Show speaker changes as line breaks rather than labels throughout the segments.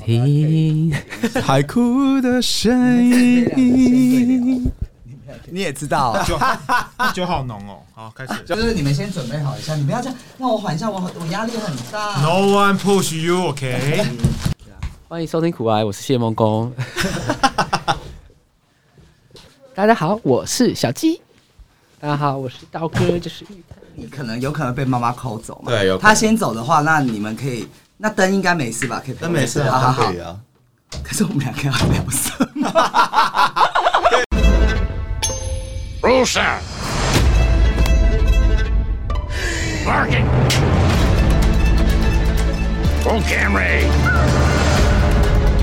听
海哭的声音。你也知道、啊，
酒酒好浓哦。好，开始。
就是你们先准备好一下，你不要这样，让我缓一下，我我压力很大。
No one push you,
哎
OK？
欢迎收听苦癌，我是谢梦 工。大家好，我是小鸡。大家好，我是刀哥，这是玉泰。
你可能有可能被妈妈抠走嘛？
对有可能
他先走的话，那你们可以，那灯应该没事吧？可以陪
那
我们，
没事
好好
啊，都
好
可以。啊。
可是我们两个要聊什么？
Rusa! Larkin! Roll camera A.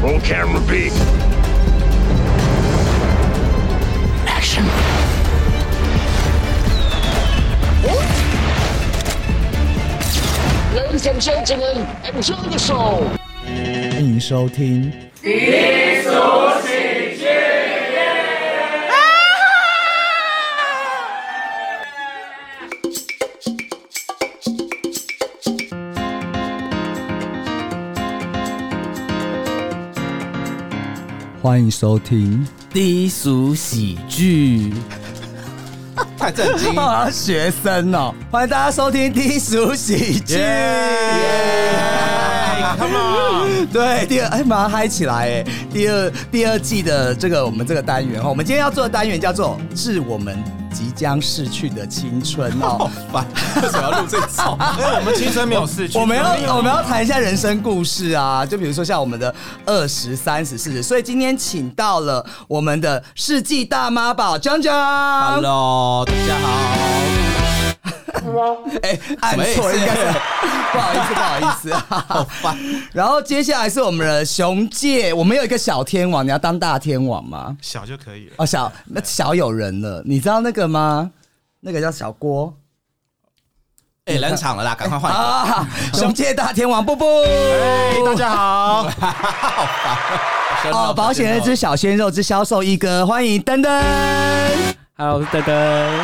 Roll camera B. Action! Ladies and gentlemen, enjoy the show!
欢迎收听。
欢迎收听，
低俗喜剧，
太震惊！
学生哦，欢迎大家收听低俗喜剧。
Come on！
对，第二哎，马上嗨起来哎！第二第二季的这个我们这个单元哦，我们今天要做的单元叫做“致我们即将逝去的青春”哦。
烦，为什么要录这种？
我们青春没有逝去，
我们
没有
要我们要谈一下人生故事啊，就比如说像我们的二十三十四十，所以今天请到了我们的世纪大妈宝江江。
Hello，大家好，
哎， 按错应该是，不好意思，不好意 思，好烦。然后接下来是我们的熊界，我们有一个小天王，你要当大天王吗？
小就可以了。
哦，小那小有人了，你知道那个吗？那个叫小 郭
哎，冷场了啦，赶快换一个。
啊，熊界大天王布布。
哎，大家 好，
哦，保险那只小鲜肉之销售一哥，欢迎登登。
Hello，我是登登。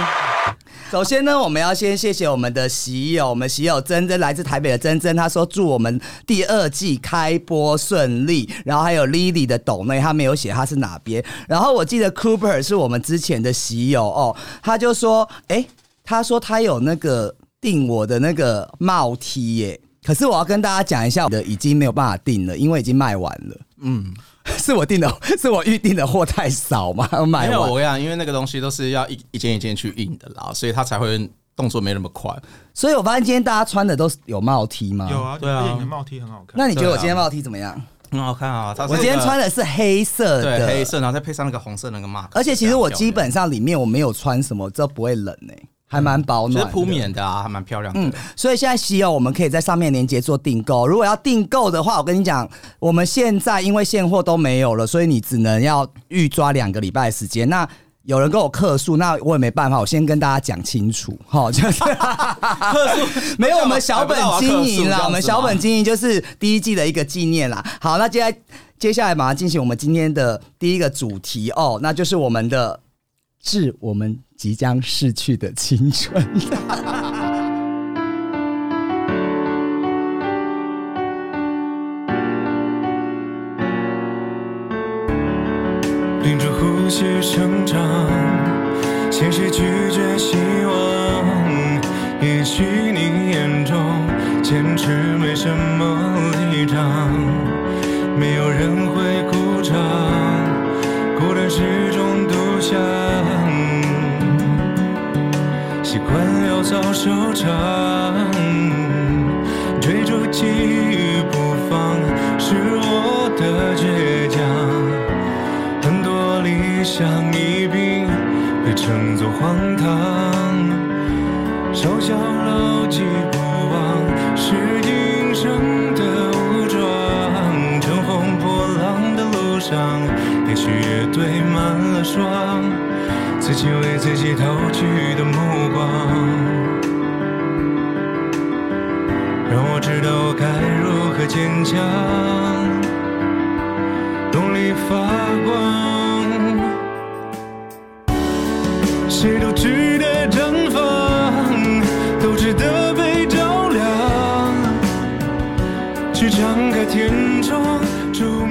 首先呢，我们要先谢谢我们的喜友，我们喜友珍珍来自台北的珍珍，她说祝我们第二季开播顺利。然后还有 Lily 的抖内，她没有写她是哪边。然后我记得 Cooper 是我们之前的喜友哦，他就说，诶，他说他有那个订我的那个帽 T 耶。可是我要跟大家讲一下，我的已经没有办法订了，因为已经卖完了。嗯， 是我订的，是我预定的货太少嘛，买
没有，
完
哎我。跟你讲，因为那个东西都是要一一件一件去印的啦，所以它才会动作没那么快。
所以我发现今天大家穿的都是有帽 T 吗？
有啊，
对啊
而且你的帽 T 很好看。
那你觉得我
对啊
今天帽 T 怎么样？
很好看啊，它是
我今天穿
的
的是黑色
对
的，
黑。色，然后再配上那个红色那个 mark，
而且其实我基
这样
本上里面我没有穿什么，这不会冷呢、还蛮保
漂亮嗯就
暖的。嗯
是铺棉的啊，还蛮漂亮的。
所以现在西友我们可以在上面链接做订购。如果要订购的话，我跟你讲，我们现在因为现货都没有了，所以你只能要预抓两个礼拜的时间。那有人跟我客诉，那我也没办法，我先跟大家讲清楚， 哈，就是客诉没有我们小本经营啦，我们小本经营就是第一季的一个纪念啦。好，那接下来接下来马上进行我们今天的第一个主题哦，那就是我们的致我们即将逝去的青春。
屏住呼吸成长，险些拒绝希望。也许你眼中坚持没什么立场，没有人会鼓掌，孤单是种独享，习惯潦草收场，追逐记忆不放是我的倔强。很多理想一并被称作荒唐，手脚牢记不忘是今生的武装。乘风破浪的路上，也许也堆满了霜，自己为自己投去的目光。让我知道我该如何坚强。努力发光，谁都值得绽放，都值得被照亮，去敞开天窗，祝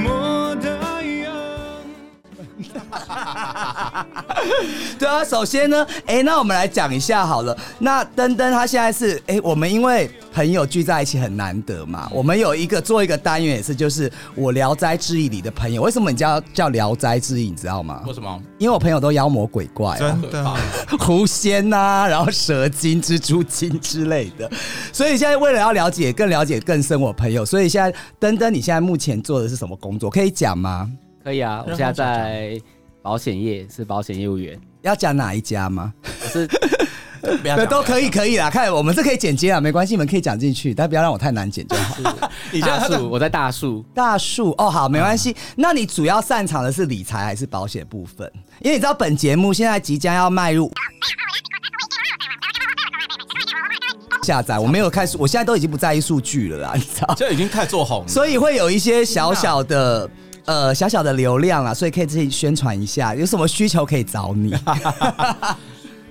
对啊，首先呢，哎、那我们来讲一下好了。那登登他现在是，哎、我们因为朋友聚在一起很难得
嗯
嘛，我们有一个做一个单元也是，就是我《聊斋志异》里的朋友。为什么你叫叫《聊斋志异》？你知道吗？
为什么？
因为我朋友都妖魔鬼怪、啊，
真的，
狐仙呐、然后蛇精、蜘蛛精之类的。所以现在为了要了解更了解更深我朋友，所以现在登登，你现在目前做的是什么工作？可以讲吗？
可以 啊，我现在在保险业是保险业务员，
要讲哪一家吗？
我是
不要
对，
讲
都可以，可以啦。看我们这可以剪接啊，没关系，你们可以讲进去，但不要让我太难剪就好。
你这样
大
他
树，我在大树，
大树哦，好，没关系。那你主要擅长的是理财还是保险部分？因为你知道本节目现在即将要迈入。下载，我没有开始，我现在都已经不在意数据了啦，你知道，
这已经太做红了。
所以会有一些小小的
啊
呃小小的流量啦，所以可以自己宣传一下，有什么需求可以找 你。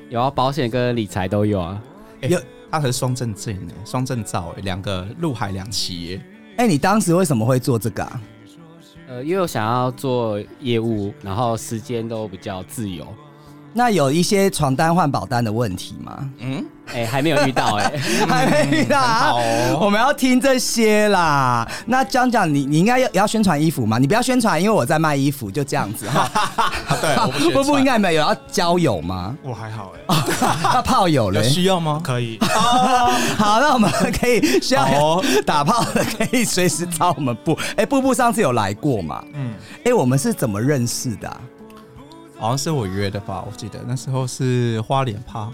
有啊，保险跟理财都有啊。
以
有
哎他可是双证证哎，双证照哎，两个陆海两栖耶。
哎、你当时为什么会做这个啊？
呃，因为我想要做业务，然后时间都比较自由。
那有一些床单换保单的问题吗？
嗯，
哎、还没有遇到哎、
还没啦、
很好哦
我们要听这些啦。那讲讲你，你应该要也要宣传衣服嘛？你不要宣传，因为我在卖衣服，就这样子哈。
啊 对，我不 宣
不
传
不应该没有要交友 吗？
我还好哎，
那炮友嘞
有？需要吗？
可以，
好，那我们可以需要
好哦
打炮的可以随时找我们布。哎、布布上次有来过嘛？
嗯，
哎、我们是怎么认识的啊、
好像是我约的吧，我记得那时候是花莲趴，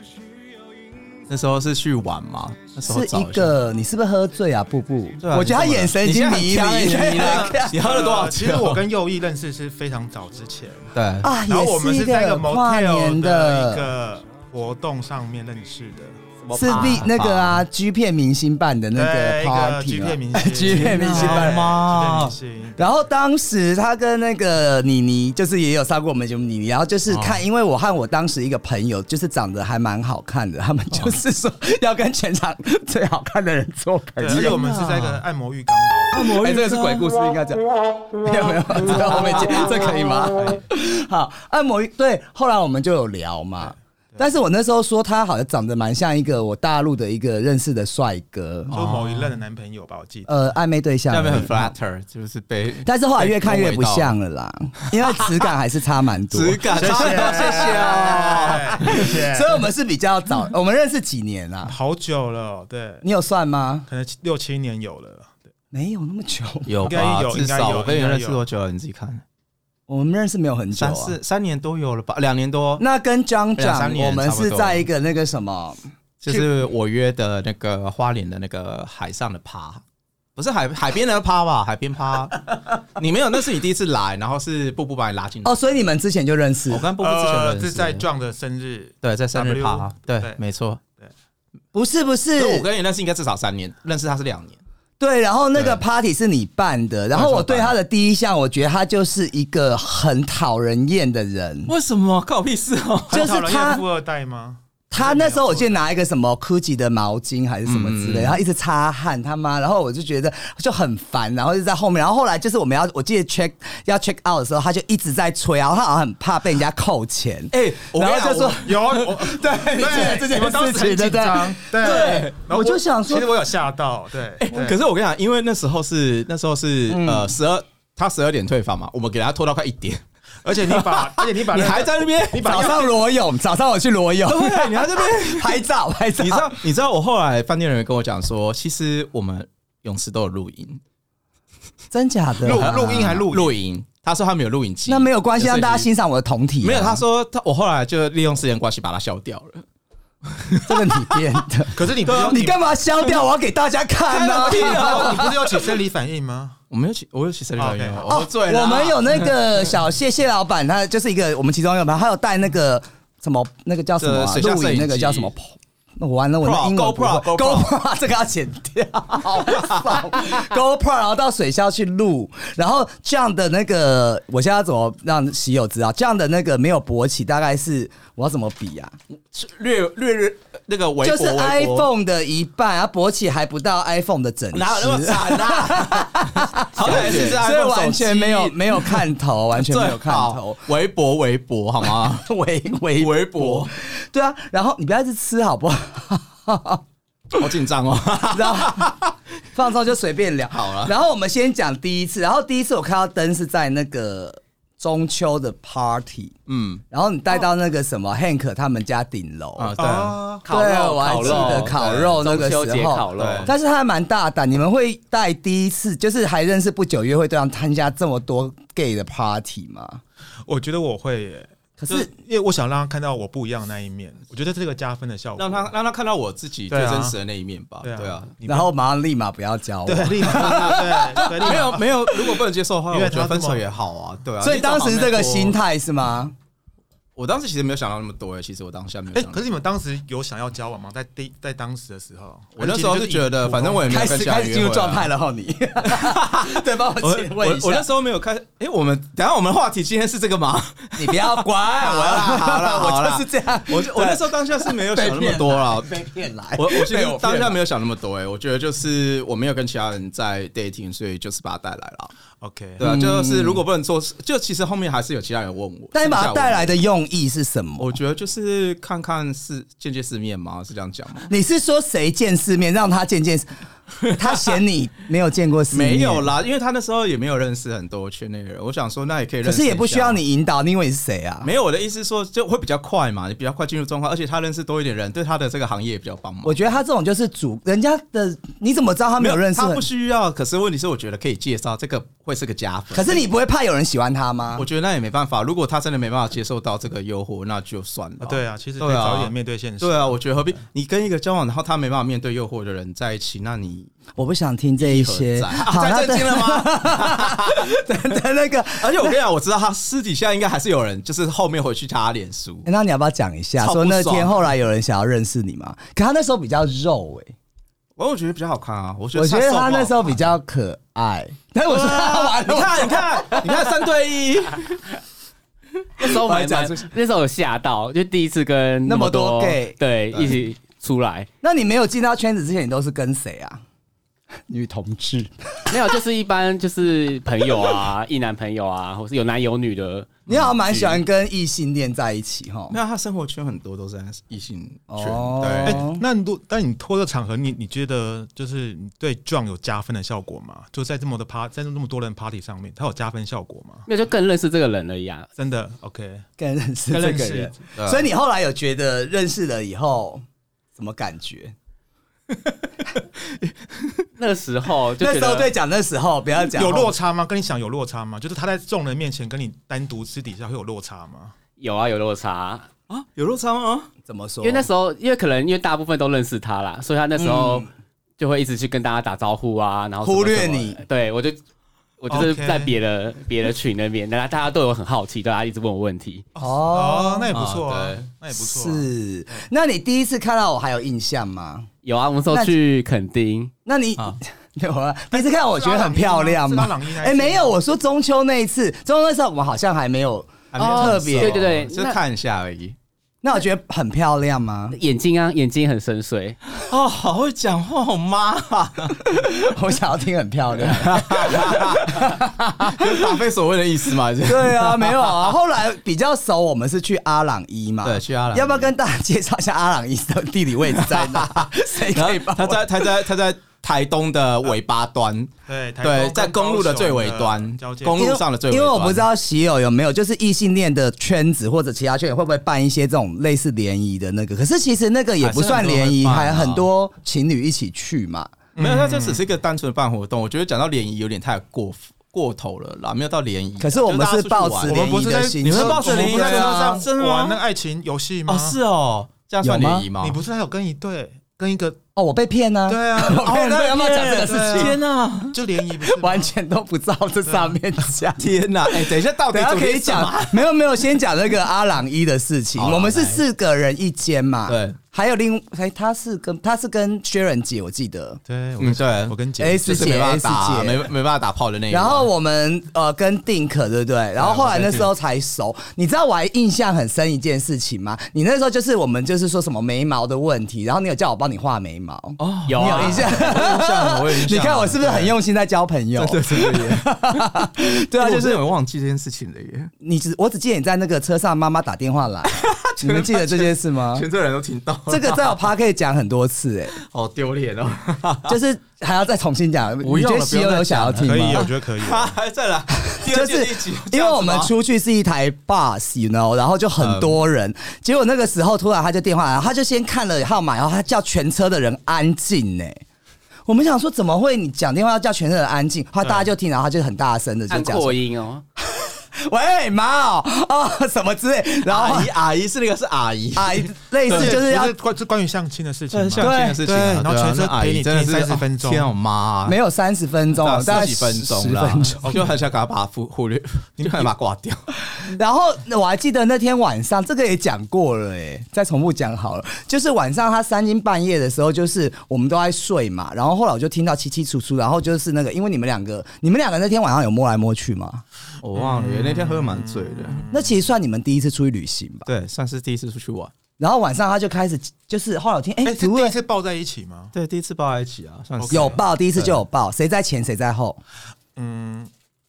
那时候是去玩嘛，那时候
是
找
一
下
个，你是不是喝醉啊？布布，
对啊
我觉得他眼神已经迷离
你现在很呛
了
欸你喝了多少
呃其
酒？
实我跟右翼认识是非常早之前，
对
啊，
然后我
也
们
是一
是在一
个
个
跨
motel
年
的一
的。
个活动上面认识的，
是 那那个啊，G 片明星办的那个
对一个
party
G
嘛
片明星
，G 片明星办。
吗
这？件明星
然后当时他跟那个妮妮，就是也有上过我们节目妮妮，然后就是
哦
看，因为我和我当时一个朋友，就是长得还蛮好看的，他们就是说要跟全场最好看的人做朋
对，而且
友
我。们是在一个按摩浴缸的，
哎，这个是鬼故事，应该讲。没有没有，这个后面接，这可以吗？好，按摩对，后来我们就有聊嘛。但是我那时候说他好像长得蛮像一个我大陆的一个认识的帅哥，
就某一任的男朋友吧，我记得。
呃，暧昧对象而
下
已。
面很 flatter，就是被，
但是后来越看越不像了啦，因为质感还是差蛮多。
质感，谢谢谢谢哦。
对，谢谢
所以我们是比较早，我们认识几年啊？
好久了，对，
你有算吗？
可能七六七年有了，对
没有那么久，
有
应该
吧？
有
至
应该有
少我跟你
应该有
认识多久了？你自己看，
我们认识没有很久、
三
啊。
四三年多有了吧？两年多，
那跟张
两
长
三，年
我们是
差不多
在一个那个什么，
就是我约的那个花莲的那个海上的趴，不是海海边的趴吧？海边趴，你没有，那是你第一次来，然后是步步把你拉进来。
哦，所以你们之前就认识
我。跟步步之前
呃，
认识
是在壮的生日，
对，在生日
W，
趴，对
对，
没错。
不是不是
所，以我跟你认识应该至少三年，认识他是两年。
对，然后那个
对
party 是你办的，然后我对他的第一印象，我觉得他就是一个很讨人厌的人，
为什么？关我屁事哦！
就是
很讨人厌
他
富二代吗？
他那时候我记得拿一个什么 GUCCI 的毛巾还是什么之
嗯
类，然后一直擦汗，他妈，然后我就觉得就很烦，然后就在后面，然后后来就是我们要，我记得 check 要 check out 的时候，他就一直在催，然后他好像很怕被人家扣钱，
哎，我跟你
然后
讲
就说
我
有，我 对
对
对，
这件
我当时
事情
很
对
紧
不对
张，
对
然后
我就想说哎
其实我有吓到，对，对
可是我跟你讲，因为那时候是那时候是呃十二，他十二点退房嘛，我们给他拖到快一点，
而且你把， 而且你把
你
那个
还在那边，
你把
早
那个
上裸泳，早上我去裸泳，
对，你还在那边。
拍照拍照，
你知道，你知道我后来饭店人员跟我讲说，其实我们泳池都有录音，嗯
真假的啊、
录录音还录
录音。他说他没有录影机，
那没有关系，
摄
让
影
大家
机
欣赏我的同体啊、
没有。他说他我后来就利用时间关系把它消掉了。
这个你编 的，
可是你不是要
啊你干嘛消掉？我要给大家看啊呢、
你不是
啊
要啊你不是要起生理反应吗？
我没有去，我有去生理反应，
OK
哦我喝醉了。
哦我们有那个小谢谢老板，他就是一个我们其中一个朋友，他有带那个什么那个叫什么、
这
啊、
水下
录
摄
影
影
那个叫
机
什么那我完了，我那
Pro，
英文不会
GoPro，GoPro
GoPro 这个要剪掉，好烦 GoPro，然后到水下去录，然后这样的那个，我现在要怎么让喜友知道？这样啊的那个没有勃起，大概是我要怎么比啊？
略略略那个微博，
就是
微博
iPhone 的一半，啊，勃起还不到 iPhone 的整
哪有那么
只，
惨 啊？好歹是只
所以
iPhone
完全没有
手机
没有看头，完全没有看
最
头
好。微博微博好吗？
微微
微博，
对啊，然后你不要一直吃好不好？
好紧张哦。
然后放松就随便聊
好啊了
然后我们先讲第一次，然后第一次我看到灯是在那个中秋的 party，
嗯
然后你带到那个什么 Hank 他们家顶楼
啊，对啊，
啊，
对，我还记得烤肉那个
中秋节
时候，
烤肉
对
但是他还蛮大胆，你们会带第一次就是还认识不久约会对象参加这么多 gay 的 party 吗？
我觉得我会耶，
可
就是
是
因为我想让他看到我不一样的那一面，我觉得这是个加分的效果，
让他让他看到我自己最
对啊
真实的那一面吧。对
对
啊
啊，，你不
然后马上立马不要交
对
往。
立马对对 立马
没有没有，如果不能接受的话，
因为
我觉得
他
分
这
手
么
也好啊。对啊，
所以
你找
当时这个
旁边哦
心
多，
态是吗？
我当时其实没有想到那么多诶，欸其实我当下没有
哎、
想到那么多。
可是你们当时有想要交往吗？在第在当时的时候，
我那时候是觉得，反正我也没有
开
跟
始
其他
开
人
始
约
进入
会啊
状态。了哈，你 对，帮我
我
请
我
问一下，
我那时候没有开，哎，我们等一下我们的话题今天是这个吗？
你不要管，我要
好啦好啦好
我
啦
就是这样，
我就我那时候当下是没有想那么多啦，
被骗来，
我我其实
被我骗
当下
来
没有想那么多哎、我觉得就是我没有跟其他人在 dating，所以就是把他带来了。
OK，
嗯
对啊，就是如果不能做事，就其实后面还是有其他人问我，
但你把他带来
的，
的用意是什么？
我觉得就是看看世见见世面嘛，是这样讲吗？
你是说谁见世面，让他见见世？他嫌你没有见过世面，
没有。啦，因为他那时候也没有认识很多圈内人，我想说那也可以认
可
识，
是也不需要。你引导，你以为你是谁啊？
没有，我的意思是说就会比较快嘛，你比较快进入状况，而且他认识多一点人，对他的这个行业也比较帮忙。
我觉得他这种就是主人家的，你怎么知道他没有认识
他
很？
不需要，可是问题是我觉得可以介绍，这个会是个加分。
可是你不会怕有人喜欢他吗
我？觉得那也没办法，如果他真的没办法接受到这个诱惑，那就算了。
啊对啊，其实
对
可
啊
以早一点面对现实。
对啊，我觉得何必你跟一个交往，然后他没办法面对诱惑的人在一起，那你
我不想听这一些。
好
好，那
太震惊了吗？
等等那个，
而且我跟你讲，我知道他私底下应该还是有人，就是后面回去加他脸书
欸。那你要不要讲一下，
超不
说
爽
那天后来有人想要认识你吗？可他那时候比较肉哎、
我我觉得比较好看啊，我觉得
我觉得
瘦不好
他那时候
看
比较可爱。但我说他玩
你
了，
看你看你看三对一，
那时候
我还
蛮
讲
蛮
出去，
那时候有吓到，就第一次跟
那么
么
多 gay
对
对
一起出来，
那你没有进到圈子之前，你都是跟谁啊？女同志，
没有就是一般就是朋友啊，一男朋友啊，或是有男有女的，
你好像蛮喜
嗯
欢跟异性恋在一起哈。
没有他生活圈很多都是在异性圈，
哦
哎、
对，
那如但你拖的场合，你你觉得就是你对 John 有加分的效果吗？就在这么的趴，在那么多人 party 上面，他有加分效果吗？
没有就更认识这个人啊了呀。
真的 OK，
更认识
更
这
认
个
识
人，，
对啊
所以你后来有觉得认识了以后什么感觉？
那个时候就
那
觉
时候对
得
讲那时候不要讲
有落
差，
差吗？跟你想有落差吗？就是他在众人面前跟你单独私底下会有落差吗？
有啊有落差，
啊有落差吗？
怎么说？
因为那时候因为可能因为大部分都认识他啦，所以他那时候就会一直去跟大家打招呼啊，然后什么
嗯忽略
什么
你，
对我就。我就是在
OK
别的别的群那边，大家大家对我很好奇，大家一直问我问题。
哦
哦，那也不错
啊
啊
对，
那也不错啊、
是，那你第一次看到我还有印象吗？
有啊，我们说
那
去垦丁，
那你
啊
有啊？第一次看我觉得很漂亮
是
嘛
拉朗伊吗是拉朗伊那一次
哎、没有，我说中秋那一次，中秋那时候我们好像还没有。
还没有
哦
成熟
对对对
就是
那
看一下而已。
那我觉得很漂亮吗？
眼睛啊，眼睛很深邃。
哦，好会讲话，我妈、
我想要听很漂 亮。
就是答非所问的意思 嘛？就是
对啊，没有啊。后来比较熟，我们是去阿朗伊嘛。
对去阿朗伊
要不要跟大家介绍一下阿朗伊的地理位置在 哪？谁
然
可以
后
帮
他
我？
在他在他在台东的尾巴端，
对台
对，
中
在
跟
公路的
高雄
最尾端
交，界
公
因为
路上的最尾
因
端。
为我不知道喜友有没有，就是异性恋的圈子或者其他圈子会不会办一些这种类似联谊的那个？可是其实那个也不算联谊，
还
还
是很
很
多
多情侣一起去嘛。
没有，它就只是一个单纯的办活动。我觉得讲到联谊有点太过过头了啦，没有到联谊。啊
可是我们是
就大家出
抱
去玩
持
我们不
联
是
谊的
在
心
你们
情
抱着
我们
联谊
不
在
是
车
啊
上真的
玩那
吗
个？爱情游戏吗？
哦，是哦，这样算
有吗
联谊吗？
你不是还有跟一对，跟一个
哦，我被骗呢、
对 啊
我被
那啊
骗，要不要讲这个事情？
天哪，
就联谊不是吗
完全都不照这上面讲。
啊 天哪！哎，等一下，到底
等一下
主题
可以
是什么
讲，没有没有，先讲那个阿朗伊的事情。
好啦
我们是四个人一间嘛，
对。
还有另哎，他是跟他是跟薛仁姐，我记得。
对，我
嗯
跟
对
我跟姐
哎 是
就是没办法
S
打，啊
姐
没没办法打炮的那一
然后
关
我们呃跟定可对不对？然后后来那时候才熟。你知道我还印象很深一件事情吗？你那时候就是我们就是说什么眉毛的问题，然后你有叫我帮你画眉毛，
哦，
有
你
啊
有印象？
我有 印象
你看我是不是很用心在交朋友？
对对对，
对啊，
我
就
真
是
的有忘记这件事情的耶，
你只我只记得你在那个车上，妈妈打电话来，你们记得这件事吗？
全队人都听到了，
这个在我 p 可以讲很多次、欸，
好丢脸哦，
就是还要再重新讲。
不
你
用
觉
了
得西游有想要听
可
啊
以，我
吗？
觉得 可以。
再来，第
就
二季
是
第一集这
因为
样子
我们
吗
出去是一台 bus，you know，然后就很多人。
嗯
结果那个时候突然他就电话来，他就先看了号码，然后他叫全车的人安静呢、欸我们想说怎么会你讲电话要叫全车的人安静？后来大家就听，然后他就很大声的就
按
讲说
扩音哦，：“
喂妈 哦哦什么之类。”然后
阿姨阿姨是那个是阿姨，
啊，类似
哎
对
就是要
不是关是关于相亲的事情
对
吗？
相亲的事情啊，
对然后
对啊
全车
那阿
陪
姨
你
真的是
听30分钟
天啊，我妈啊
没有三十分钟，大概
十几分钟
十
啦
分钟。，
就很想赶快把它忽忽 略，就很想把它挂掉。
然后我还记得那天晚上，这个也讲过了、欸，再重复讲好了。就是晚上他三更半夜的时候，就是我们都在睡嘛，然后后来我就听到七七楚楚，然后就是那个，因为你们两个，你们两个那天晚上有摸来摸去嘛，
我忘了，那天喝得蛮醉的，
那其实算你们第一次出去旅行吧。
对，算是第一次出去玩，
然后晚上他就开始，就是后来我听，哎、
哎，是
除
啊
第
了
一次抱在一起吗？
对，第一次抱在一起啊，算是
有抱，第一次就有抱，谁在前谁在后，
嗯，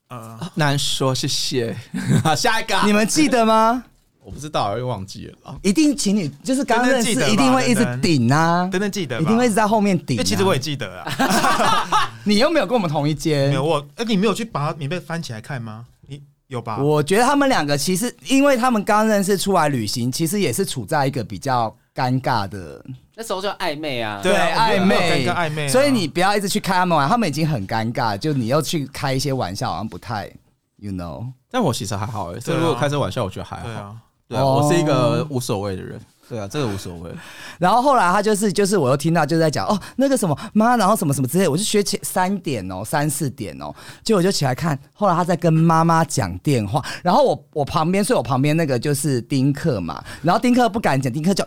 呃，
难说，谢谢。好 下一个啊，
你们记得吗？
我不知道，又忘记了啊。
一定情侣就是刚认
真
识，
的记得吧
一定会一直顶啊，
真的记得吧
一定会一直在后面顶、
因
啊。
为其实我也记得啊，
你又没有跟我们同一间，
没有我，哎，你没有去把它棉被翻起来看吗？你有吧？
我觉得他们两个其实，因为他们刚认识出来旅行，其实也是处在一个比较尴尬的
那时候就暧昧啊。
对啊
暧
我没有
昧
尴尬暧昧啊
所以你不要一直去开他们玩，他们已经很尴尬，就你又去开一些玩笑，好像不太，you know。
但我其实还好，哎，这
对啊
如果开这玩笑，我觉得还
对
好。
啊，
对啊，
哦
我是一个无所谓的人。对啊，这个无所谓。
然后后来他就是就是，我又听到就在讲哦，那个什么妈，然后什么什么之类，我就学起三点哦，三四点哦，就我就起来看，后来他在跟妈妈讲电话，然后我我旁边，所以我旁边那个就是丁克嘛，然后丁克不敢讲，丁克就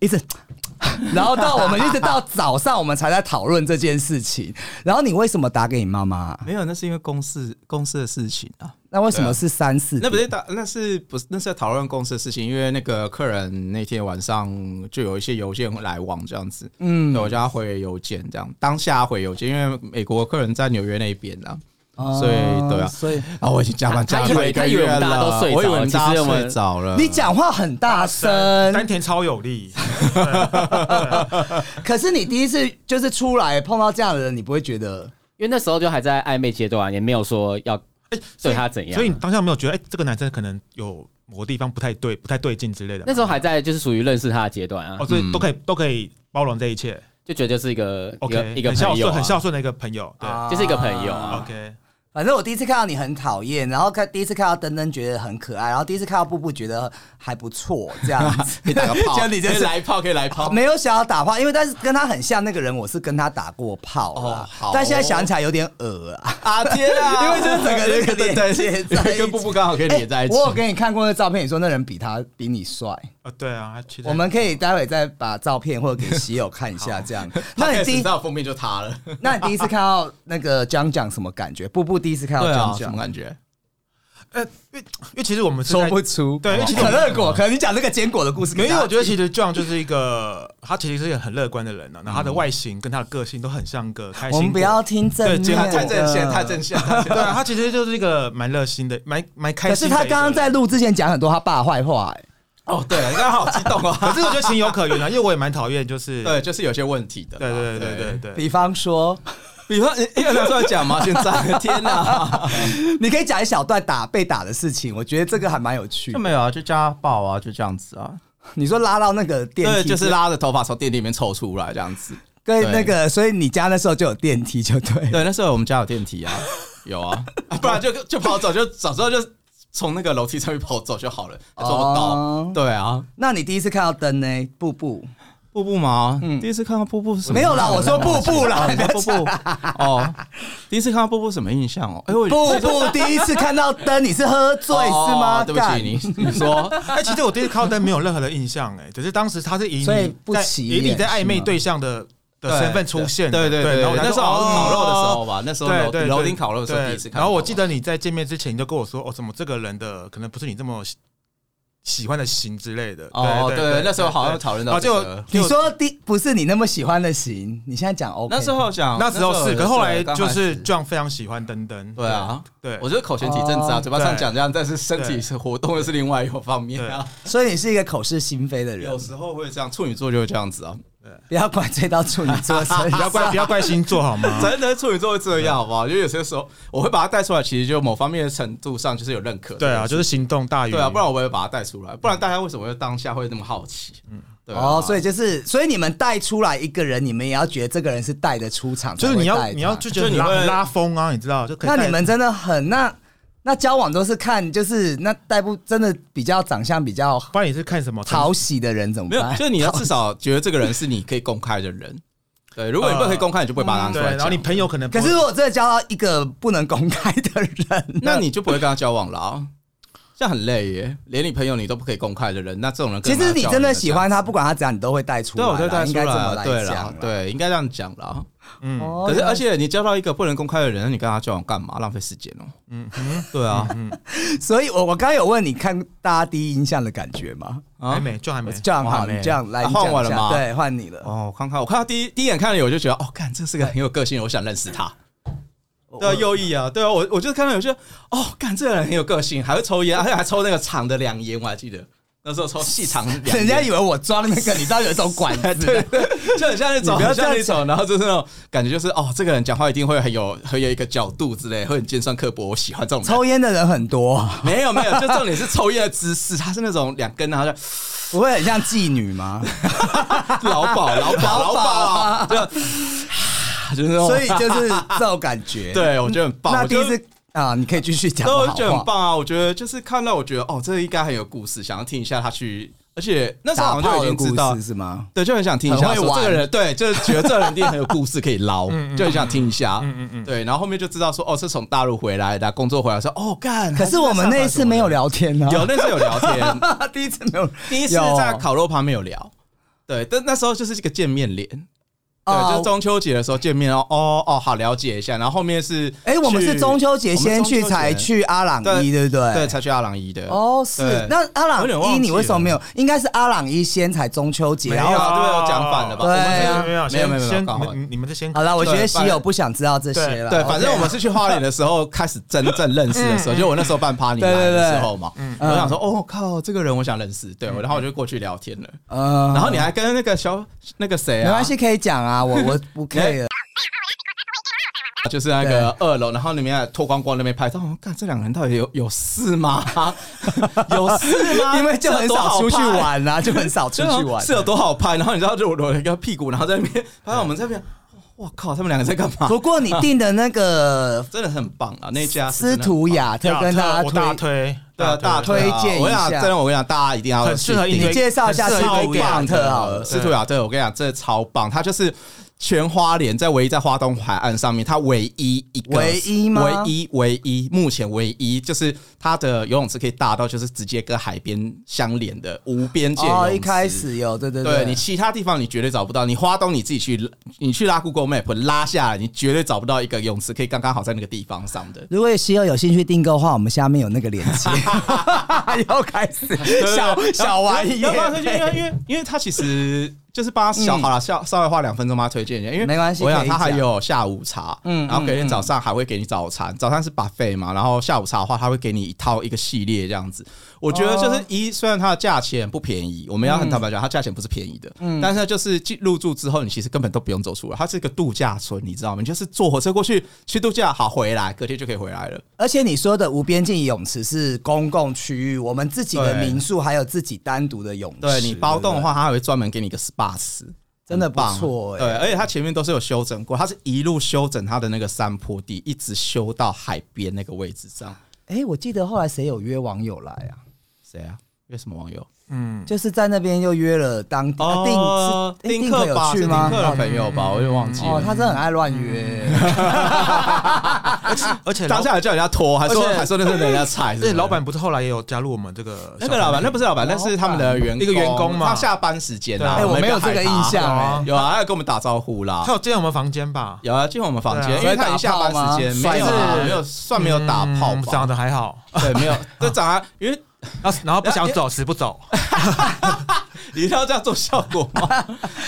一直。然后到我们一直到早上，我们才在讨论这件事情。然后你为什么打给你妈妈啊、
没有，那是因为公司公司的事情啊。
那为什么是三四点？
那不是打，那是不是那是在讨论公司的事情？因为那个客人那天晚上就有一些邮件来往这样子，嗯，我叫他回邮件，这样当下回邮件，因为美国客人在纽约那边啊，
哦
所以对啊
所以
啊，我已经加班加
他
了
以为
一个
他以为
月
我们大家
了，
都睡着
我以为
了
我们
其实
大家
我们
睡着了，
你讲话很大声，
丹田超有 力，
可是你第一次就是出来碰到这样的人，你不会觉得
因为那时候就还在暧昧阶段，也没有说要对他怎样。
哎
啊
所以你当下有没有觉得，哎，这个男生可能有某个地方不太对、不太对劲之类的吗？
那时候还在就是属于认识他的阶段啊
哦，，所以都可以都可以包容这一切
就觉得就是一个一个
，OK，
一个
很孝
朋友
顺、
啊，
很孝顺的一个朋友，对
就是一个朋友啊。
，OK，
反正我第一次看到你很讨厌，然后看第一次看到登登觉得很可爱，然后第一次看到布布觉得还不错，这样
。
子
你哦打个炮，
就你就
可以
是
来炮，可以来炮，
没有想要打炮，因为但是跟他很像那个人，我是跟他打过炮啦
哦好
但现在想起来有点恶啊。
啊天 啊，
因为就是整个人
对对对
连接在一起
跟布布刚好可以连在一起，
我有给你看过那照片，你说那人比他比你 帅，
呃，对啊，其实
我们可以待会再把照片或者给喜友看一下，这样。那
那
你
你
第
知
一，
道封面就他了，
那你第一次看到那个江江什么感觉？布布第一次看到
对啊，
江
什
江
么，感觉？
呃，因为因为其实我们是
说
在
不出。
对因为其实我
可
们
乐果，可能你讲那个坚果的故事给
没
大家听，
有，我觉得其实 John 就是一个，他其实是一个很乐观的人呢、啊然后他的外形跟他的个性都很像个开心
嗯我
果。
们不要听正
对结
面
果太
的，
太正线，太正线，太
对
正
啊，他其实就是一个蛮热心的，蛮蛮开
可
心的
是
一个人。
他刚刚在录之前讲很多他爸坏话、欸，
哦，对，刚刚好激动啊！
可是我觉得情有可原啊， 因为我也蛮讨厌，就是
对，就是有些问题的啦。
对对对对对对
比方说，
比方，因为那时候讲嘛，现在天哪，
你可以讲一小段打被打的事情，我觉得这个还蛮有趣
就。没有啊，就家暴啊，就这样子啊。
你说拉到那个电
对，
梯，
就是拉着头发从电梯里面抽出来这样子。
跟
对
那个，所以你家那时候就有电梯，就对了。
对，那时候我们家有电梯啊， 有啊，啊不然就就跑走，就早知道就从那个楼梯上面跑走就好了，做不到
哦。
对啊，
那你第一次看到灯呢？布布，
布布吗？第一次看到布布是什么？
没有啦，我 说布布啦，
哦你说 布布哦，第一次看到布布什么印象哦？哎我
布布第一次看到灯，你是喝醉是
哦
吗？
对不
干
起，你， 你说
哎，其实我对靠灯没有任何的印象，哎，只是当时他是以你
所以
在
不起
以你
眼
在暧昧
是吗
对象的的身份出现
对
的，
对
然后我
那
就
时候好像烤肉的时候
哦
吧，那时候
对
楼
对，
楼
对
顶烤肉的时候第一次
对
看到。
然后我记得你在见面之前，你就跟我说，哦，怎么这个人的可能不是你这么喜喜欢的型之类的。
哦，对
对，
那时候好像讨论到
啊，
这个
就
你说第不是你那么喜欢的型，你现在讲 OK，
那时候想
那时候是，可后来
刚
就
开始
是 John 非常喜欢登登。
对啊，
对，
我觉得口嫌体正直啊，嘴巴上讲这样，但是身体
对
是活动又是另外一个方面啊。
所以你是一个口是心非的人
有，时候会这样，处女座就是这样子啊，
不要怪罪到处女座 身
不要
上。
怪不要怪星座好吗？
真的处女座会这样，好不好？因为有些时候我会把它带出来，其实就某方面的程度上就是有认可 的。
对啊，就是行动大于
对啊，不然我不会把它带出来，不然大家为什么会当下会那么好奇？嗯，对啊
哦，所以就是，所以你们带出来一个人，你们也要觉得这个人是带的出场，
就是你要你要
去。
就觉得
就你
拉
会
拉风啊，你知道就可以
那
带
你们真的很那那交往都是看就是那带不真的比较长相比较
不然你是看什么
讨喜的人怎么
没有，
办？
就是你要至少觉得这个人是你可以公开的人。对，如果你不可以公开，你就不会把它拿出
呃嗯对，
来讲。
然后你朋友可能不
可
会
是如果真的交到一个不能公开的人，
那你就不会跟他交往了啊。这样很累耶，连你朋友你都不可以公开的人，那这种人
其
干嘛
实
要
你
交
真的
往
喜欢他，不管他怎样，你都会带出
这
来啦，
样，对，我就带
应
出
该
来
这么
啊，
来
对
讲
啦
啦，。
对，应该这样讲啦。
嗯，
哦，
可是而且你交到一个不能公开的人，那你跟他交往干嘛？浪费时间哦。
嗯嗯，
对啊，
所以我我刚刚有问你看大家第一印象的感觉吗？
啊
还没就还没
这样
我还
好，你
没
这样来
啊
你讲
换我了
一下
吗
对，换你了。
哦，我看看，我看到第一第一眼看到你，我就觉得，哦，看这是个很有个性，我想认识他。对
哦
啊，右翼啊，对啊，我我就是看到有些，哦，干这个人很有个性，还会抽烟，而且还抽那个长的两烟，我还记得那时候抽细长两烟，
人家以为我装那个，你知道有一种管 子，对，
就很像那种，
你不要
很
这样
像那种，然后就是那种感觉，就是哦，这个人讲话一定会很有很有一个角度之类，会很尖酸刻薄。我喜欢这种人。
抽烟的人很多，
没有没有，就重点是抽烟的姿势，他是那种两根，然后就
不会很像妓女吗？啊
老鸨老鸨 老鸨，就就是那种
所以就是这种感觉。
对我觉得很棒。
那
我
第
觉
一
得
次啊，你可以继续讲
对，
我
我
好
就觉得很
话。
棒啊！我觉得就是看到，我觉得哦，这应该很有故事，想要听一下他去，而且那时候
打
好像
炮的
就已经
故
知道
事，是吗？
对，就很想听一下
很会
说
玩嗯
这个人，对，就是觉得这个人一定很有故事可以 捞，就很想听一下，嗯嗯嗯，对，然后后面就知道说哦，是从大陆回来的，工作回来说哦干，
可是我们那一次没有聊天呢、
有那次有聊天，
第一次没有，
第一次
有
在烤肉旁边有聊，对，但那时候就是这个见面脸。
哦
对，就是中秋节的时候见面哦，哦哦，好了解一下。然后后面是，
哎、我们是中秋节
我们
先
中秋
去
节
才，去阿朗伊，对
对
不对？
对，。才去阿朗伊的。
哦，是
对
那阿
我有点
朗伊，
忘
你
记
为什么没有？应该是阿朗伊先才中秋节，
没
然
有
后
啊对啊讲反了吧
对啊
没有没有
没有没有没有
先
搞混
你们你们是先
好了，我觉得
对
喜友不想知道这些了。
对，
啊 OK 嗯
反正我们是去花莲的时候开始真正认识的时候，就我那时候办 party
对
来
对
的
对嗯
时候嘛，我想说，哦靠，这个人我想认识，对，然后我就过去聊天了。
嗯
然后你还跟那个小那个谁啊，
没关系，可以讲啊，我我 不
哎
care 了。
就是那个二楼，然后里面还脱光光那边拍照，我说看这两个人到底有 有事 吗？有事吗？
因为就很少出去
玩。
玩啦、啊就很少出
就
去玩。啊
是有多好拍，然后你知道就裸了一个屁股，然后在那边拍到我们这边，哇靠，他们两个在干嘛？
不过你订的那个
真的很棒啊，那家是
斯
真的很啊
图
棒
雅特跟大
我大
家推，
推
对啊，大推啊
推荐一下
我跟你讲，真的，我跟你讲，大家一定要
很适合
去订
一
你介绍一下斯
超
图雅
棒
特好了
的，。斯图亚啊特，我跟你讲，真的超棒，它就是。全花莲在唯一在花东海岸上面，它唯一一个
唯一吗
唯一唯一，目前唯一就是它的游泳池可以大到就是直接跟海边相连的无边界游泳
哦，
池。
一开始有，对对
对你其他地方你绝对找不到，你花东你自己去，你去拉 Google Map 拉下来，你绝对找不到一个泳池可以刚刚好在那个地方上的。
如果西柚有兴趣订购的话，我们下面有那个链 接。又开始小小玩意
要，不要推荐？因为因为因为他其实就是帮他小好了，稍稍微花两分钟帮他推荐一下，因为
嗯没关系
我想
可以
他还
讲
有下午茶，
嗯
嗯，然后隔
嗯
天
嗯
早上还会给你早餐，早餐是 buffet 嘛，然后下午茶的话，他会给你一套一个系列这样子。我觉得
哦
就是一，虽然它的价钱不便宜，我
嗯
们要很坦白讲，它价钱不是便宜的，但是它就是进入住之后，你其实根本都不用走出来，它是一个度假村，你知道吗？你就是坐火车过去，去度假，好回来，隔天就可以回来了。
而且你说的无边境泳池是公共区域，我们自己的
对
民宿还有自己单独的泳池。
对你包栋的话，它还会专门给你一个 SPA 室，
真的
很
不
棒
错欸
对，而且它前面都是有修整过，它是一路修整它的那个山坡地，一直修到海边那个位置上。
哎、诶我记得后来谁有约网友来啊？
谁啊？约什么网友？
嗯，
就是在那边又约了当地、啊定
哦，
是诶
丁
克
克吧，
有去
是
吗
丁？克的朋友嗯吧，我就忘记
哦，
了。
他真的很爱乱约，
而且
当下还叫人家拖，还说
而且
还说那是人家菜。
对老板不是后来也有加入我们这个
那个老板，那不
是
是老板，那是他们的员
一个员工
工
嘛
他下班时间啊，
哎，我
们
没
也
有
不要
这个
害
印
他
象哎。
有啊，他有跟我们打招呼啦
他。有进我们房间吧？
有啊，进我们房
对
间，
啊
因为他已经下班时间，
所
没
以
有
打炮吗
啊
是
没有算没有打炮
嗯
吧
长？得还好，
对，没有，这长啊，因为
然后然后不想走，死不走。
你一定要这样做效果吗？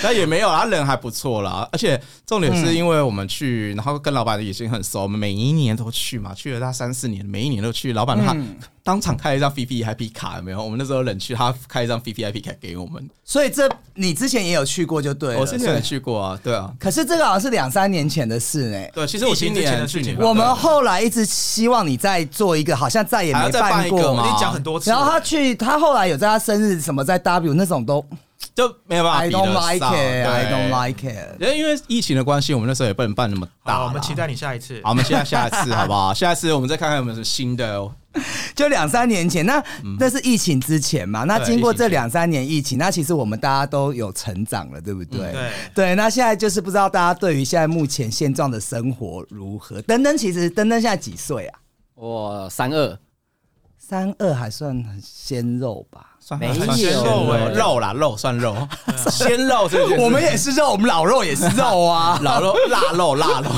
但也没有啊，他人还不错啦。而且重点是因为我们去，然后跟老板已经很熟，我们每一年都去嘛，去了他三四年，每一年都去。老板他当场开了一张 V V I P 卡，有没有？我们那时候人去，他开一张 V V I P 卡给我们。
所以这你之前也有去过就对了。
我之前也去过啊，对啊，
可是这个好像是两三年前的事哎、
对。其实我今
疫情之前
年
的事情吧
我们后来一直希望你再做一个，好像再也
还
没
要再办一个
过
吗
已经讲很多次了，
然后他去，他后来有在他生日什么在 W 那种都
就没有办法
I
比得
don't
上。
like it，I
对
don't like it。
因为因为疫情的关系，我们那时候也不能办那么大
好，
啦。
我们期待你下一次
好，。我们期待下一次好不好？下一次我们再看看有没有什么新的哦。
就两三年前，那、那是疫情之前嘛。那
嗯对
经过
疫情
这
前
两三年疫情，那其实我们大家都有成长了，对不
嗯
对？
对
对，那现在就是不知道大家对于现在目前现状的生活如何。登登其实登登现在几岁啊？
我三二，
三二还算很鲜肉吧？
算
没有
算鲜肉哎，肉啦，肉算肉， 鲜肉这件事。
我们也是肉，我们老肉也是肉啊
老肉、腊肉、腊肉、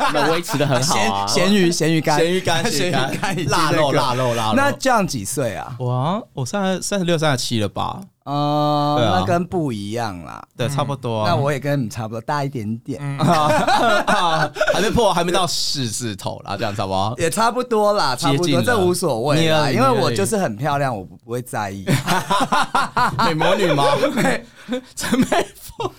我们维持的很好 啊。
咸咸鱼、咸鱼 干、
咸鱼干、
咸
咸鱼
鱼干以
干、
及
腊
那
肉、
个
腊肉、腊肉。
那这样几岁啊？
我我三三十六、三十七了吧？
呃，
对啊
那跟不一样啦。
对，差不多啊。
嗯那我也跟你们差不多，大一点点，
嗯啊 还没破，还没到四字头啦，这样差 不多。
也差不多啦，差不
接近
多，
了
这无所谓啦，
Nearly，
因为我
nearly
就是很漂亮，我不不会在意。
美魔女吗？陈美凤。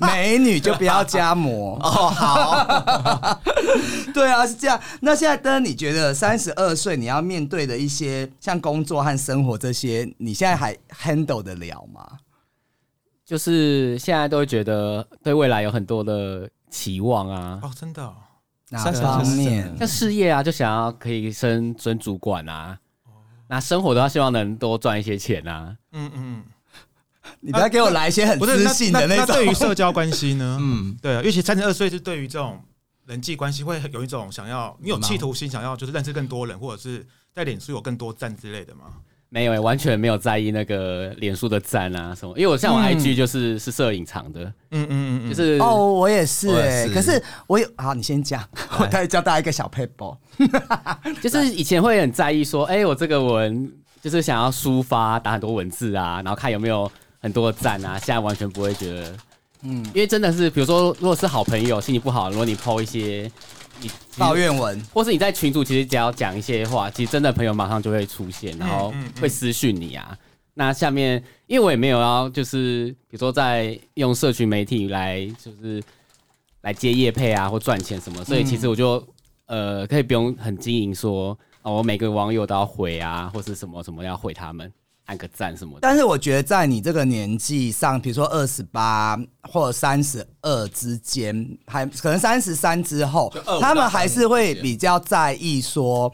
美女就不要加膜。
哦，好，
对啊，是这样。那现在灯，你觉得三十二岁你要面对的一些像工作和生活这些，你现在还 handle 得了吗？
就是现在都会觉得对未来有很多的期望啊，
哦，真的哦，
哪
32
方
岁
面？
像事业啊，就想要可以升升主管啊。那生活的话，希望能多赚一些钱啊。
嗯嗯，
你不要给我来一些很
不是
自
那
信的
那
种。
对于社交关系 呢？嗯，对啊，尤其三十二岁是对于这种人际关系会有一种想要，你有企图心，想要就是认识更多人，或者是在脸书有更多赞之类的吗？
没有、欸，完全没有在意那个脸书的赞啊什么，因为我像我 IG 就是、是摄影藏的，
嗯嗯嗯，
就是
哦，我也是
我也
哎、
是
可是我有好，你先讲，我再教大家一个小 paper。
就是以前会很在意说，哎、我这个文就是想要抒发，打很多文字啊，然后看有没有很多的赞啊。现在完全不会觉得，嗯，因为真的是，比如说，如果是好朋友心情不好，如果你 PO 一些你
抱，怨文，
或是你在群组其实只要讲一些话，其实真的朋友马上就会出现，
嗯
然后会私讯你啊。那下面，因为我也没有要，就是比如说在用社群媒体来，就是来接业配啊或赚钱什
嗯
么，所以其实我就、呃可以不用很经营说哦，我每个网友都要回啊，或是什么什么要回他们，按个赞什么的。
但是我觉得在你这个年纪上，比如说二十八或三十二之间，还可能三十三之后
就25，
他们还是会比较在意说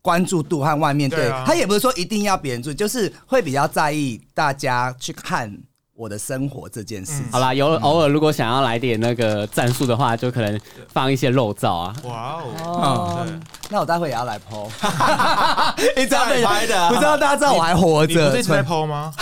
关注度和外面对,、
对啊
他也不是说一定要别人注意，就是会比较在意大家去看我的生活这件事情。
好啦，有偶尔如果想要来点那个战术的话，就可能放一些肉照啊，
哇哦，
哦
嗯
那我待会也要来 PO，
一张被拍的啊
不知道大家知道我还活
对你不是一
着
直，在 PO 吗？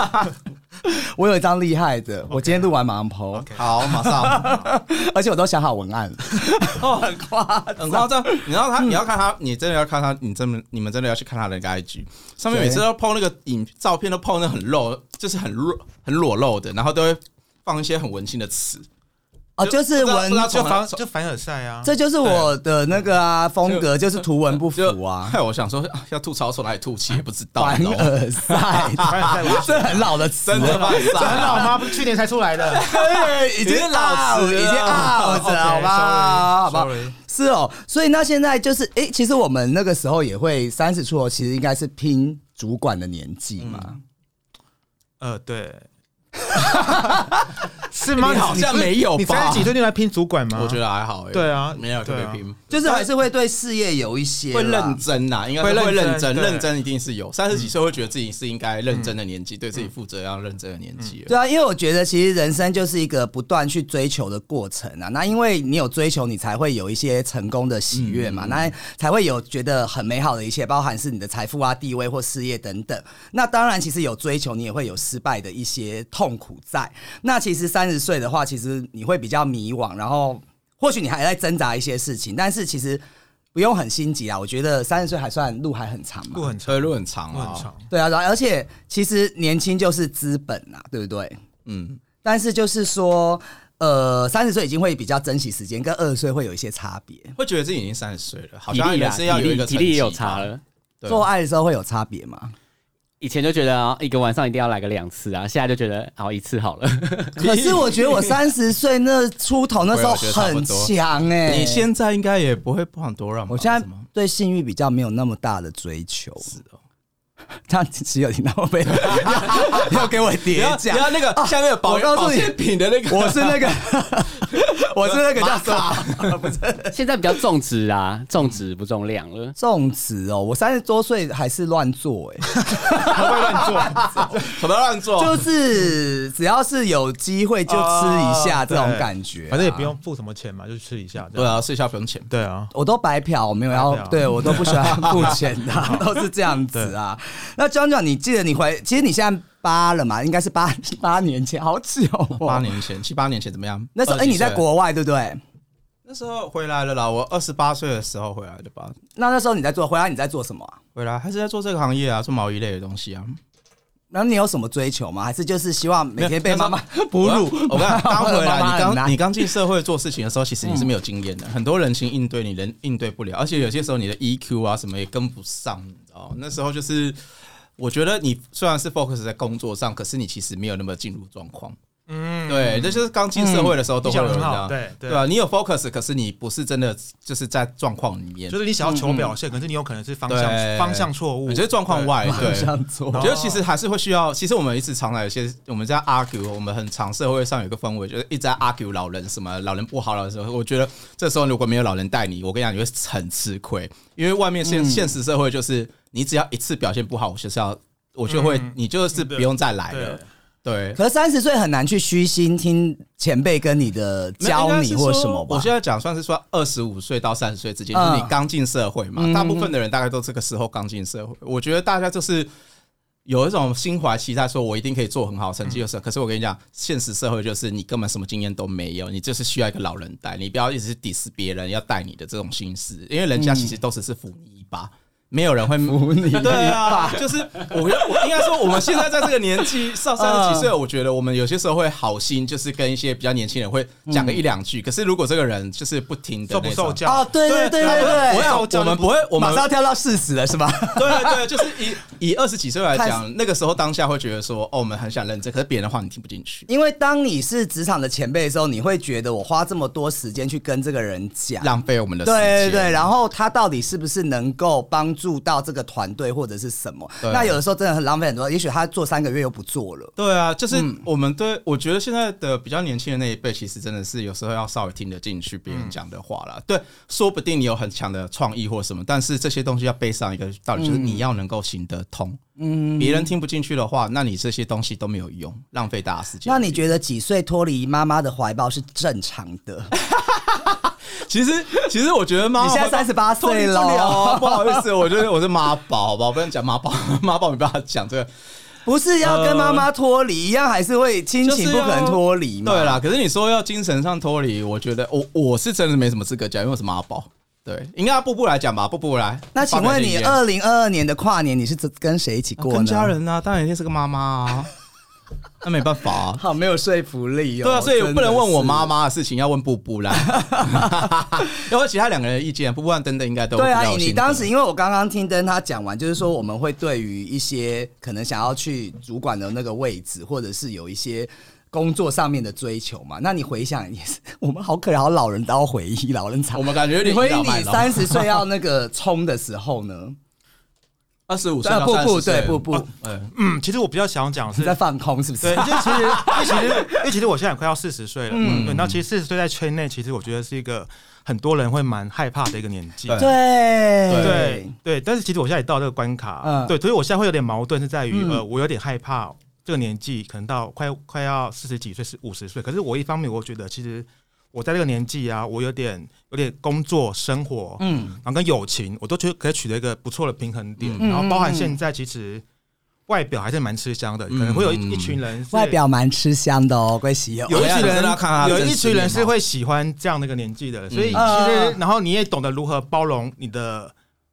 我有一张厉害的我今天录完马上 PO，、
好，马上。
而且我都想好文案了。
哦，很夸很夸张。
啊
你知道
嗯
他，你要看他，你真的要看他，你真的你们真的要去看他的那个 IG，上面每次都碰那个影照片，都碰那很露，就是很裸很裸露的，然后都会放一些很文青的词，
哦，就是
不知道
文
不知道
就
从哪
凡就凡尔赛啊，
这就是我的那个啊风格，就是图文不
就
符啊，
害我想说啊要吐槽从哪里吐气
啊
也不知道，
凡
你 知道吗
尔赛，
凡尔赛 文学
这很老的词啊
真的
了，
吗？
这很老吗？不是去年才出来的。
对已经老
已
词，
经
已经 out 了， 好吧，好吧。
Sorry，
是哦，所以那现在就是，诶，其实我们那个时候也会三十出头，其实应该是拼主
嗯
管的年纪嘛。
呃，对， 是吗？
你好像
不是
没有吧
你三十几岁就来拼主管吗？
我觉得还好欸。
对啊
没有特
对
别
啊
拼，
就是还是会对事业有一些
会
啦
认真啊呐，应该是
会
会
认
认
真
真，
对嗯
认真一定是有。三十几岁会觉得自己是应该认真的年纪，对自己负责要认真的年
嗯
纪了。
对啊，因为我觉得其实人生就是一个不断去追求的过程啊。那因为你有追求，你才会有一些成功的喜悦嘛，那才会有觉得很美好的一切，包含是你的财富啊、地位或事业等等。那当然，其实有追求，你也会有失败的一些痛苦在。那其实三十岁的话，其实你会比较迷惘，然后或许你还在挣扎一些事情，但是其实不用很心急啊。我觉得三十岁还算路还很长嘛。
路很长，
车路很长
路
啊，
很长。
对啊，然后而且其实年轻就是资本啊，对不对？
嗯，
但是就是说，呃，三十岁已经会比较珍惜时间，跟二十岁会有一些差别。
会觉得自己已经三十岁了，好
体
像
力
也
啦，
是
体
要有一
力
个
体力也有
成绩吧
差了。
对
做爱的时候会有差别 吗？
以前就觉得啊，一个晚上一定要来个两次啊，现在就觉得好一次好了。
可是我觉得我三十岁那出头那时候很强哎、
你现在应该也不会不想多让吧，
我现在
是吗
对性欲比较没有那么大的追求。啊是哦，他只有听到我被要 要给我
不
叠
要
加
不。要那个下面有
啊
保
我告诉你
保健品的那个，
我是那 个，我是那个叫
玛
什么？
莎
现在比较重质啦，重质不重量了。
种植哦，我三十多岁还是乱做哎、
什么乱做，
就是只要是有机会就吃一下这种感觉、
啊
啊
反正也不。用付什么钱嘛，就吃一下。
对，啊，试一下不用钱。
对啊，
我都白嫖，我没有要
白嫖
对我都不喜欢付钱的、都是这样子啊。那庄庄，你记得你回，其实你现在八了嘛，应该是八 八年前，好久、哦，
八。年前，七八年前怎么样？
那时候，哎、
20
你在
岁
国外对不对？
那时候回来了啦，我二十八岁的时候回来的吧，
那那时候你在做，回来你在做什么、啊？
回来还是在做这个行业啊，做毛衣类的东西啊。
然后你有什么追求吗？还是就是希望每天被妈妈
哺 乳， 我 跟你讲，刚回来，
妈妈
你
很难
刚你刚进社会做事情的时候，其实你是没有经验的，很多人情应对你人应对不了，而且有些时候你的 EQ 啊什么也跟不上，你知道吗？那时候就是，我觉得你虽然是 focus 在工作上，可是你其实没有那么进入状况。
嗯，
对，这就是刚进社会的时候都会有人这
嗯
样，
你讲得很好对对
对啊吧？你有 focus，可是你不是真的就是在状况里面
就，是你想要求表现，可是你有可能是方向
对
方向错误。
我觉哦得状况
对，
外，对，
这样做？
我觉得其实还是会需要，其实我们一直常常有些我们在 argue，我们很常社会上有一个氛围，就是一直在 argue 老人什么老人不好老人什么。我觉得这时候如果没有老人带你，我跟你讲你会很吃亏，因为外面
嗯
现、现实社会就是你只要一次表现不好，我就是要我就会、
嗯
你就是不用再来了
对，
对。
可是三十岁很难去虚心听前辈跟你的教你或什么吧
我？现在讲算是说二十五岁到三十岁之间，就是
嗯
你刚进社会嘛，大部分的人大概都这个时候刚进社会。我觉得大家就是有一种心怀期待，说我一定可以做很好成绩
嗯
的时候。可是我跟你讲，现实社会就是你根本什么经验都没有，你就是需要一个老人带，你不要一直去 diss 别人要带你的这种心思，因为人家其实都只是扶你一
嗯
把。没有人会扶你，对啊，就是我觉得我应该说，我们现在在这个年纪，上三十几岁，我觉得我们有些时候会好心，就是跟一些比较年轻人会讲个一两句。可是如果这个人就是不听的
受
那
不嗯
种
受教？
哦，对对对对对，
我想我们不会，我
马
们
上要跳到四十了是吧？
对对，就是以以二十几岁来
看
讲，那个时候当下会觉得说，哦，我们很想认真，可是别人的话你听不进去，
因为当你是职场的前辈的时候，你会觉得我花这么多时间去跟这个人讲，
浪费我们的时
对对
间。
对，然后他到底是不是能够帮助到这个团队或者是什么？
对
那有的时候真的很浪费很多，也许他做三个月又不做了。
对啊，就是我们对、我觉得现在的比较年轻的那一辈，其实真的是有时候要稍微听得进去别人讲的话啦。对，说不定你有很强的创意或什么，但是这些东西要背上一个道理，就是你要能够行得通。嗯，别人听不进去的话，那你这些东西都没有用，浪费大家时间。
那你觉得几岁脱离妈妈的怀抱是正常的？
其实其实我觉得妈妈
你现在
会把
38岁
脱离不了
咯
啊，不好意思，我觉得我是妈宝，好吧，我不能讲妈宝， 妈宝没办法讲这个。
不是要跟妈妈脱离，一样还是会亲
就是
情
要
不可能脱离嘛？
对啦，，可是你说要精神上脱离，我觉得我我是真的没什么资格讲，因为我是妈宝。对，应该要步步来讲吧，步步来。
那请问你
放个
二零二二年的跨年你是怎跟谁一起
经
过
验
呢？
跟家人啊，当然一定是个妈妈啊，那没办法 啊。
好没有说服力哦。
对啊，所以不能问我妈
妈。
妈的事情，要问布布 啦，要问其他两个人的意见，布布和登登应该都
对啊，
比较有
你
心得
当时因为我刚刚听灯他讲完，就是说我们会对于一些可能想要去主管的那个位置，或者是有一些工作上面的追求嘛。那你回想也是，我们好可怜，好老人刀回忆，老人
我
场。
们感觉有
你
点
回忆
倚老卖
你
老
三十岁要那个冲的时候呢？
二十五岁
啊
到
不
三
不
十岁
对，不不，
嗯，
嗯，其实我比较想讲的
你
是
在放空是不是
对，？因为其实，因为其实，因为其实我现在也快要四十岁了，嗯，对，然后其实四十岁在圈内，其实我觉得是一个很多人会蛮害怕的一个年纪，
对
对
对，对，但是其实我现在也到这个关卡，
嗯
对，所以我现在会有点矛盾，是在于、
嗯
呃，我有点害怕这个年纪，可能到快快要四十几岁，是五十岁，可是我一方面我觉得其实。我在这个年纪啊，我有点有点工作、生活，
嗯，
然后跟友情，我都觉得可以取得一个不错的平衡点。
嗯
然后包含现在其实外表还是蛮吃香的，可能会有一一群人是
外表蛮吃香的哦，龟喜有
有一
我也
群
想知道
人
看他的
有
真
一
实
群人
面
是
貌
会喜欢这样的一个年纪的，所以其
嗯
实然后你也懂得如何包容你的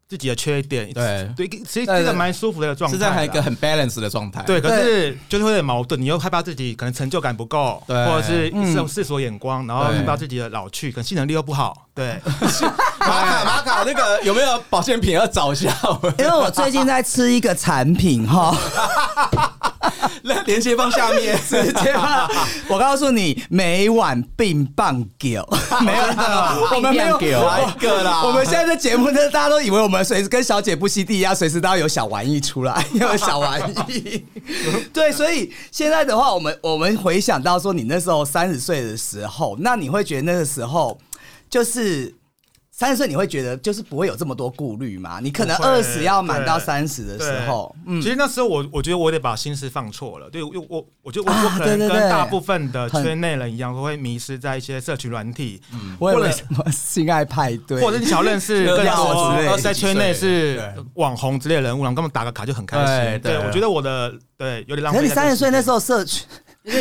自己的缺点，
对
对，其实这个蛮舒服的一个状态
是
啦，
在一个很 balance 的状态。
对，可是就是会有点矛盾，你又害怕自己可能成就感不够，
对
或者是
嗯
这种世俗眼光，然后
对
害怕自己的老去，可能性能力又不好，对，
马
哎
卡马卡那个有没有保健品要找一下？
因为我最近在吃一个产品哈，
那连接放 下面，直
直接放我告诉你，每晚并棒酒，没有啦，我们没有
并棒
来一个啦
我们现在的节目呢，大家都以为我们随时跟小姐不惜地一样，随时都要有小玩意出来，要有小玩意。对，所以现在的话，我们我们回想到说，你那时候三十岁的时候，那你会觉得那个时候就是。三十岁你会觉得就是不会有这么多顾虑嘛？你可能
不会
二十要满到
对
三十的时候，嗯
对其实那时候我我觉得我得把心思放错了，对我我我觉得我、
啊
我可
对
能
对对
跟大部分的
很
圈内人一样，都会迷失在一些社群软体，嗯，
我以
或
为
者
什么性爱派对，
或者你想要认识更
热闹啊之类
多
的
在圈内是
对
网红之类的人物，然后跟他们打个卡就很开心。
对
对，
对
我觉得我的对有点浪
可
费
是
在这个时间。
你三十岁那时候社群，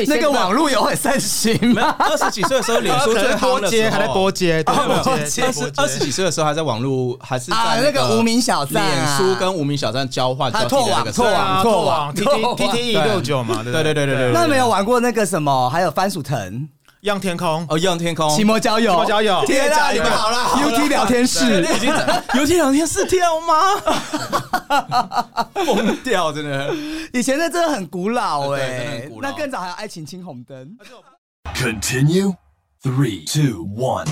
那个网络有很盛行
没有二十几岁的时候，脸书
可
最
能
夯
波
的
接
时候
还在波接，对
哦
波
波接
接
二
波
十
接
二十几岁的时候还在网络，还是在
啊那个无名小站啊
脸书跟无名小站交换
还有
交替的那个时
拓
候
对
网
啊，
拓
拓
网
网
拓
TT
网
TTE 六九嘛，对不
对对对对对
那没有玩过那个什么，还有番薯藤、
样天空，
哦，用天空
奇 摩交友、
奇摩交友
天啊，你们好了，UT 聊天室，
已经有天两天是跳吗？疯掉，真的。
以前的真的很古老
对真的
哎
很，古老
那更早还有爱情青红灯，
Continue. Three, two, one.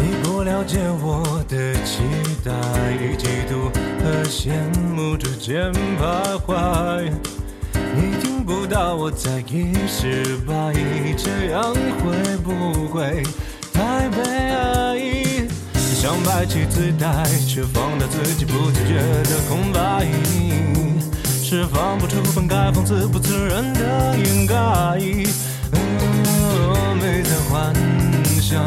你不了解我的期待与嫉妒和羡慕之间徘徊，你听不到我在意失败，这样会不会太悲哀？想摆起姿态，却放大自己不自觉的空白，释放不出本该放肆不自然的掩盖。嗯，没在幻想，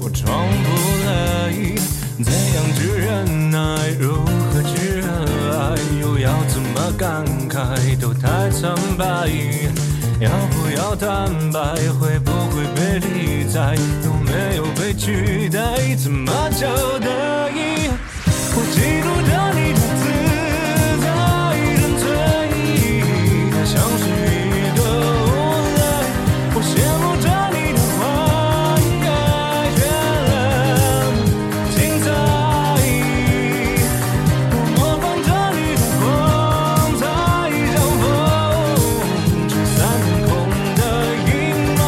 我装不来，怎样去忍耐，啊如何去热爱，啊又要怎么感慨，都太苍白。要不要坦白？会不会被理睬？有没有被取代？怎么交代？我嫉妒着你的自在沉醉，它像是一个无赖。我羡慕着你的花开绚烂精彩，我模仿着你的光彩，像风吹散天空的阴霾。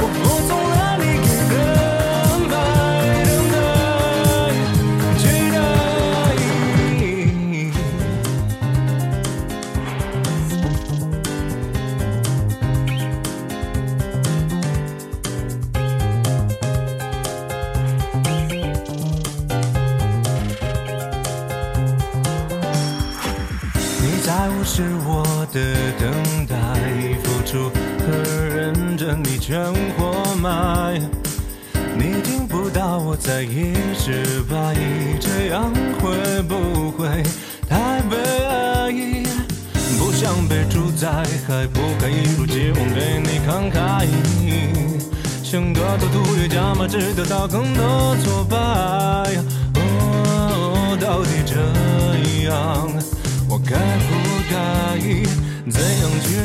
我服从了你给的安排，等待。期待。你在无视我的等待，付出和认真，你全活埋。你听不到我在意失败，这样会不会太悲哀？不想被主宰，还不该一如既往对你慷慨。像个赌徒越加码，只得到更多挫败。哦，到底这样，我该不该？怎样去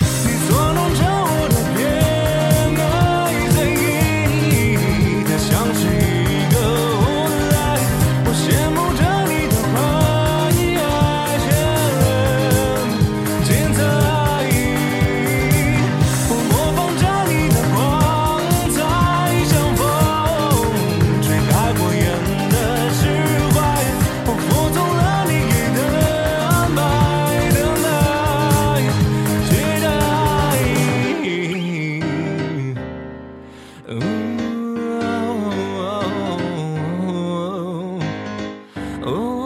你捉弄着我的偏爱，在意义的像是一个无赖。我羡慕着你的坏，却精彩。我模仿着你的光彩，像风。吹开火焰的释怀，我服从了你给的安排，等待，期待。哦哦哦哦哦